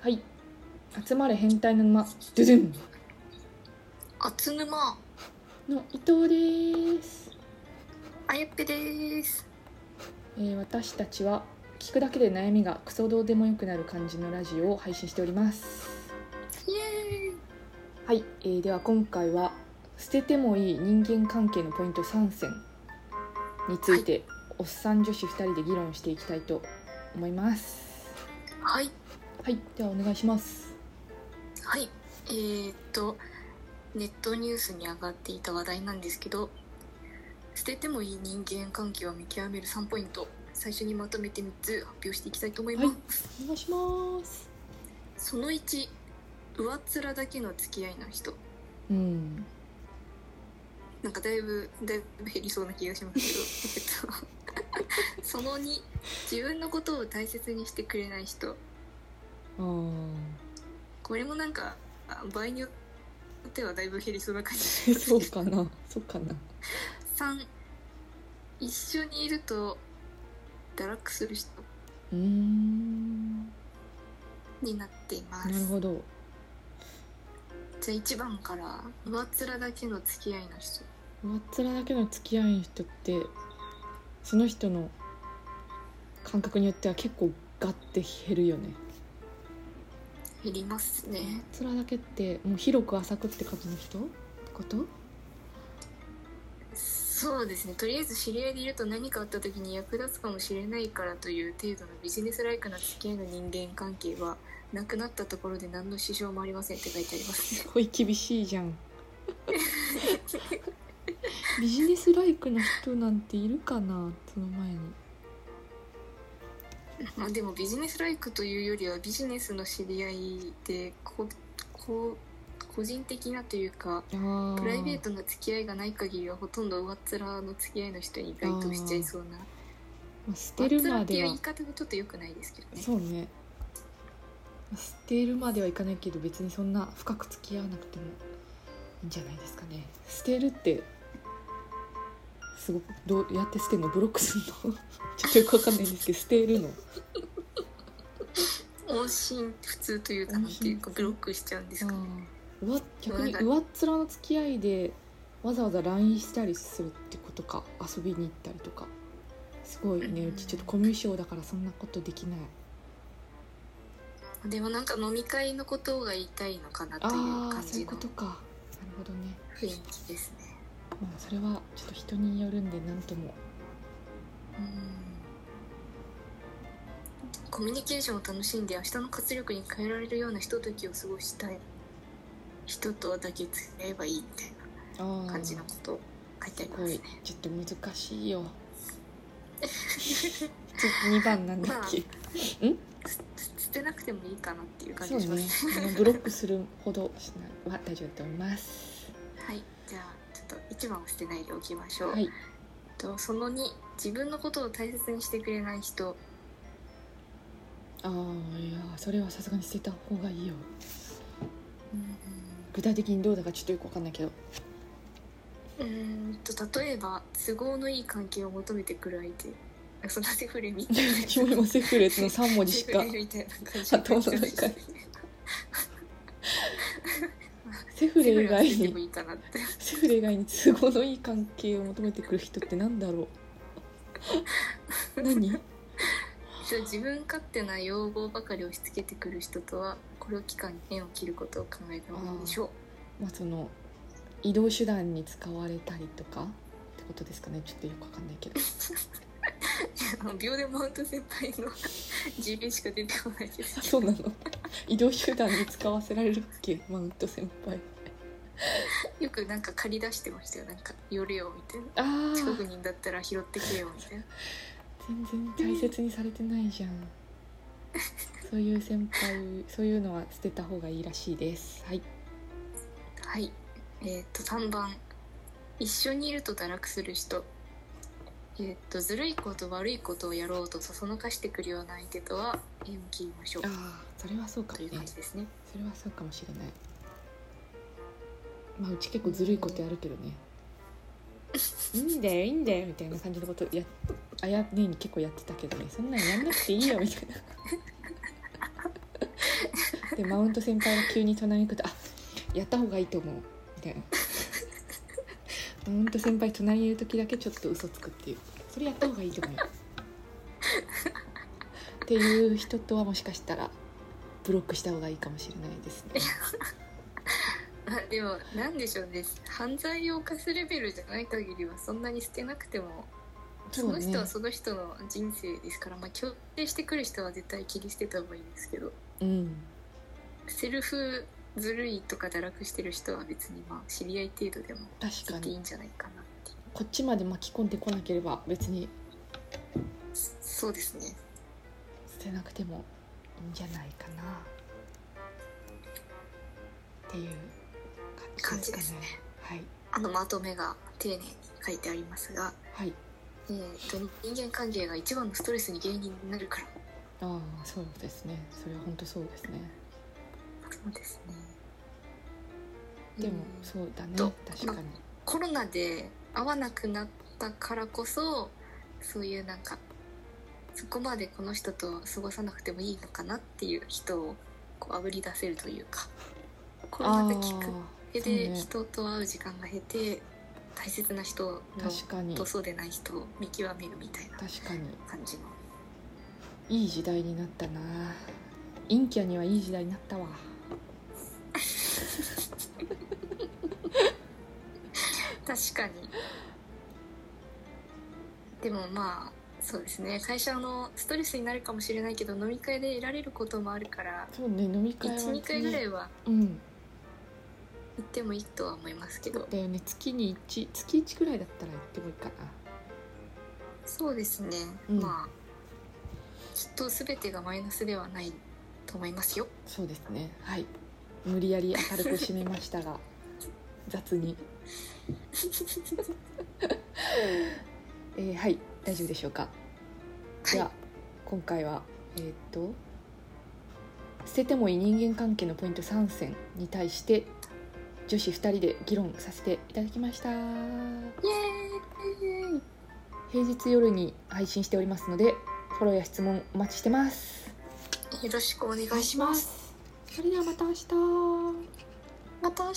はい集まれ変態の沼ドゥドゥンあつぬまの伊藤です、あゆっぺですえー私たちは聞くだけで悩みがクソどうでもよくなる感じのラジオを配信しておりますイエーイはい、えーでは今回は捨ててもいい人間関係のポイント3選について、おっさん女子2人で議論していきたいと思いますはいはいではお願いしますはいえー、っとネットニュースに上がっていた話題なんですけど捨ててもいい人間関係を見極める3ポイント最初にまとめて3つ発表していきたいと思います、はいお願いしますその1上っ面だけの付き合いの人うんなんかだいぶだいぶ減りそうな気がしますけどえっと その2自分のことを大切にしてくれない人あー これもなんかあ場合によってはだいぶ減りそうな感じえそうかなそうかな3一緒にいると堕落する人うーんなになっていまするほどじゃあ1番から上っ面だけの付き合いの人上っ面だけの付き合いの人ってその人の感覚によっては結構ガッて減るよね減りますね上っ面だけってもう広く浅くってことの人ってことそうですねとりあえず知り合いでいると何かあった時に役立つかもしれないからという程度のビジネスライクな付き合いの人間関係はなくなったところで何の支障もありませんって書いてあります ねすごい厳しいじゃんビジネスライクな人なんているかなその前にまあでもビジネスライクというよりはビジネスの知り合いでここ個人的なというかあープライベートな付き合いがない限りはほとんど上っ面の付き合いの人に該当しちゃいそうなまあ捨上てっる面まっていうで言はい方がちょっと良くないですけどねそうね捨てるまではいかないけど別にそんな深く付き合わなくてもいいんじゃないですかね捨てるってすごくどうやって捨てるのブロックするのちょっとよくわかんないんですけど捨てるの音信不通というかなんていうかブロックしちゃうんですかねうわ逆に上っ面の付き合いでわざわざ LINE したりするってことか遊びに行ったりとかすごいねうちちょっとコミュ障だからそんなことできないでもなんか飲み会のことが言いたいのかなとあいうあ感ーそういじうのことかなるほどね雰囲気ですねまあ、それはちょっと人によるんで何ともコミュニケーションを楽しんで明日の活力に変えられるようなひとときを過ごしたい人とだけ付き合えばいいみたいあな感じのーことを書いてありますすごねいちょっと難し いよちょっと2番なんだっけ、捨てなくてもいいかなっていう感そじうしますね あのブロックするほどしないは大 丈夫だと思いますはいじゃあちょっと一番を捨てないでおきましょう、はいとその2自分のことを大切にしてくれない人ああいやーそれはさすがに捨てた方がいいよ具体的にどうだかちょっとよくわかんないけどうーんと例えば都合のいい関係を求めてくる相手そんなセフレみたいなキモリモセフレッツの3文字し かセフレみたいな感じ頭の中にセフレ以外セフレは捨ててにもいいかなってセフレ以外に 都合のいい関係を求めてくる人ってなんだろ う何そう自分勝手な要望ばかり押し付けてくる人とはこれを機会に縁を切ることを考えた方がいいでしょうまあ、その移動手段に使われたりとかってことですかねちょっとよくわかんないけど あの秒でマウント先輩の GB しか出てこないですあけ そどうなの 移動手段に使わせられるっけマウント先輩よくなんか借り出してましたよなんか寄れよみたいなあー近くにいんだったら拾ってくれよみたいな全然大切にされてないじゃんそういう先輩そういうのは捨てた方がいいらしいですはいはいえっ、と3番一緒にいると堕落する人えっ、とずるいこと悪いことをやろうとそそのかしてくるような相手とは縁を切りましょうああそれはそうかともいねう感じですねそれはそうかもしれないまあうち結構ずるいことやるけどねいいんだよいいんだよみたいな感じのことやあやねえに結構やってたけどねそんなんやんなくていいよみたいな でマウント先輩が急に唱えに来たあやった方がいいと思う」みたいなマウント先輩隣にいる時だけちょっと嘘つくっていうそれやった方がいいと思うっていう人とはもしかしたらブロックした方がいいかもしれないです ねあでもなんでしょうね犯罪を犯すレベルじゃない限りはそんなに捨てなくてもそそうのね人はその人の人生ですから、まあ協定してくる人は絶対切り捨てた方がいいですけどうんセルフずるいとか堕落してる人は別にまあ知り合い程度でも確切かっていいにんじゃないかなっていうこっちまで巻き込んでこなければ別にそそうですね捨てなくてもいいんじゃないかなっていう感じですかね感じですねはいあのまとめが丁寧に書いてありますが、はいえー、と人間関係が一番のストレスに原因になるからああそうですねそれは本当そうですねそうですねでもうんそうだねと確かにコロナで会わなくなったからこそそういうなんかそこまでこの人と過ごさなくてもいいのかなっていう人をこうあぶり出せるというかコロあナあがきっかけそうでね人と会う時間が減って大切な人確のかにと確そうでない人を見極めるみたいなかに感じのいい時代になったな陰キャにはいい時代になったわ確かにでもまあそうですね会社のストレスになるかもしれないけど飲み会で得られることもあるからそうね飲み会は12回ぐらいはうん行ってもいいとは思いますけどだよね月に1月1ぐらいだったら行ってもいいかなそうですね、うんまあきっと全てがマイナスではないと思いますよそうですねはい無理やり明るく締めましたが 雑に、えーはい大丈夫でしょうかでは、今回はえーっと捨ててもいい人間関係のポイント3選に対して女子2人で議論させていただきましたイエーイ平日夜に配信しておりますのでフォローや質問お待ちしてますよろしくお願いしますそれではまた明日また明日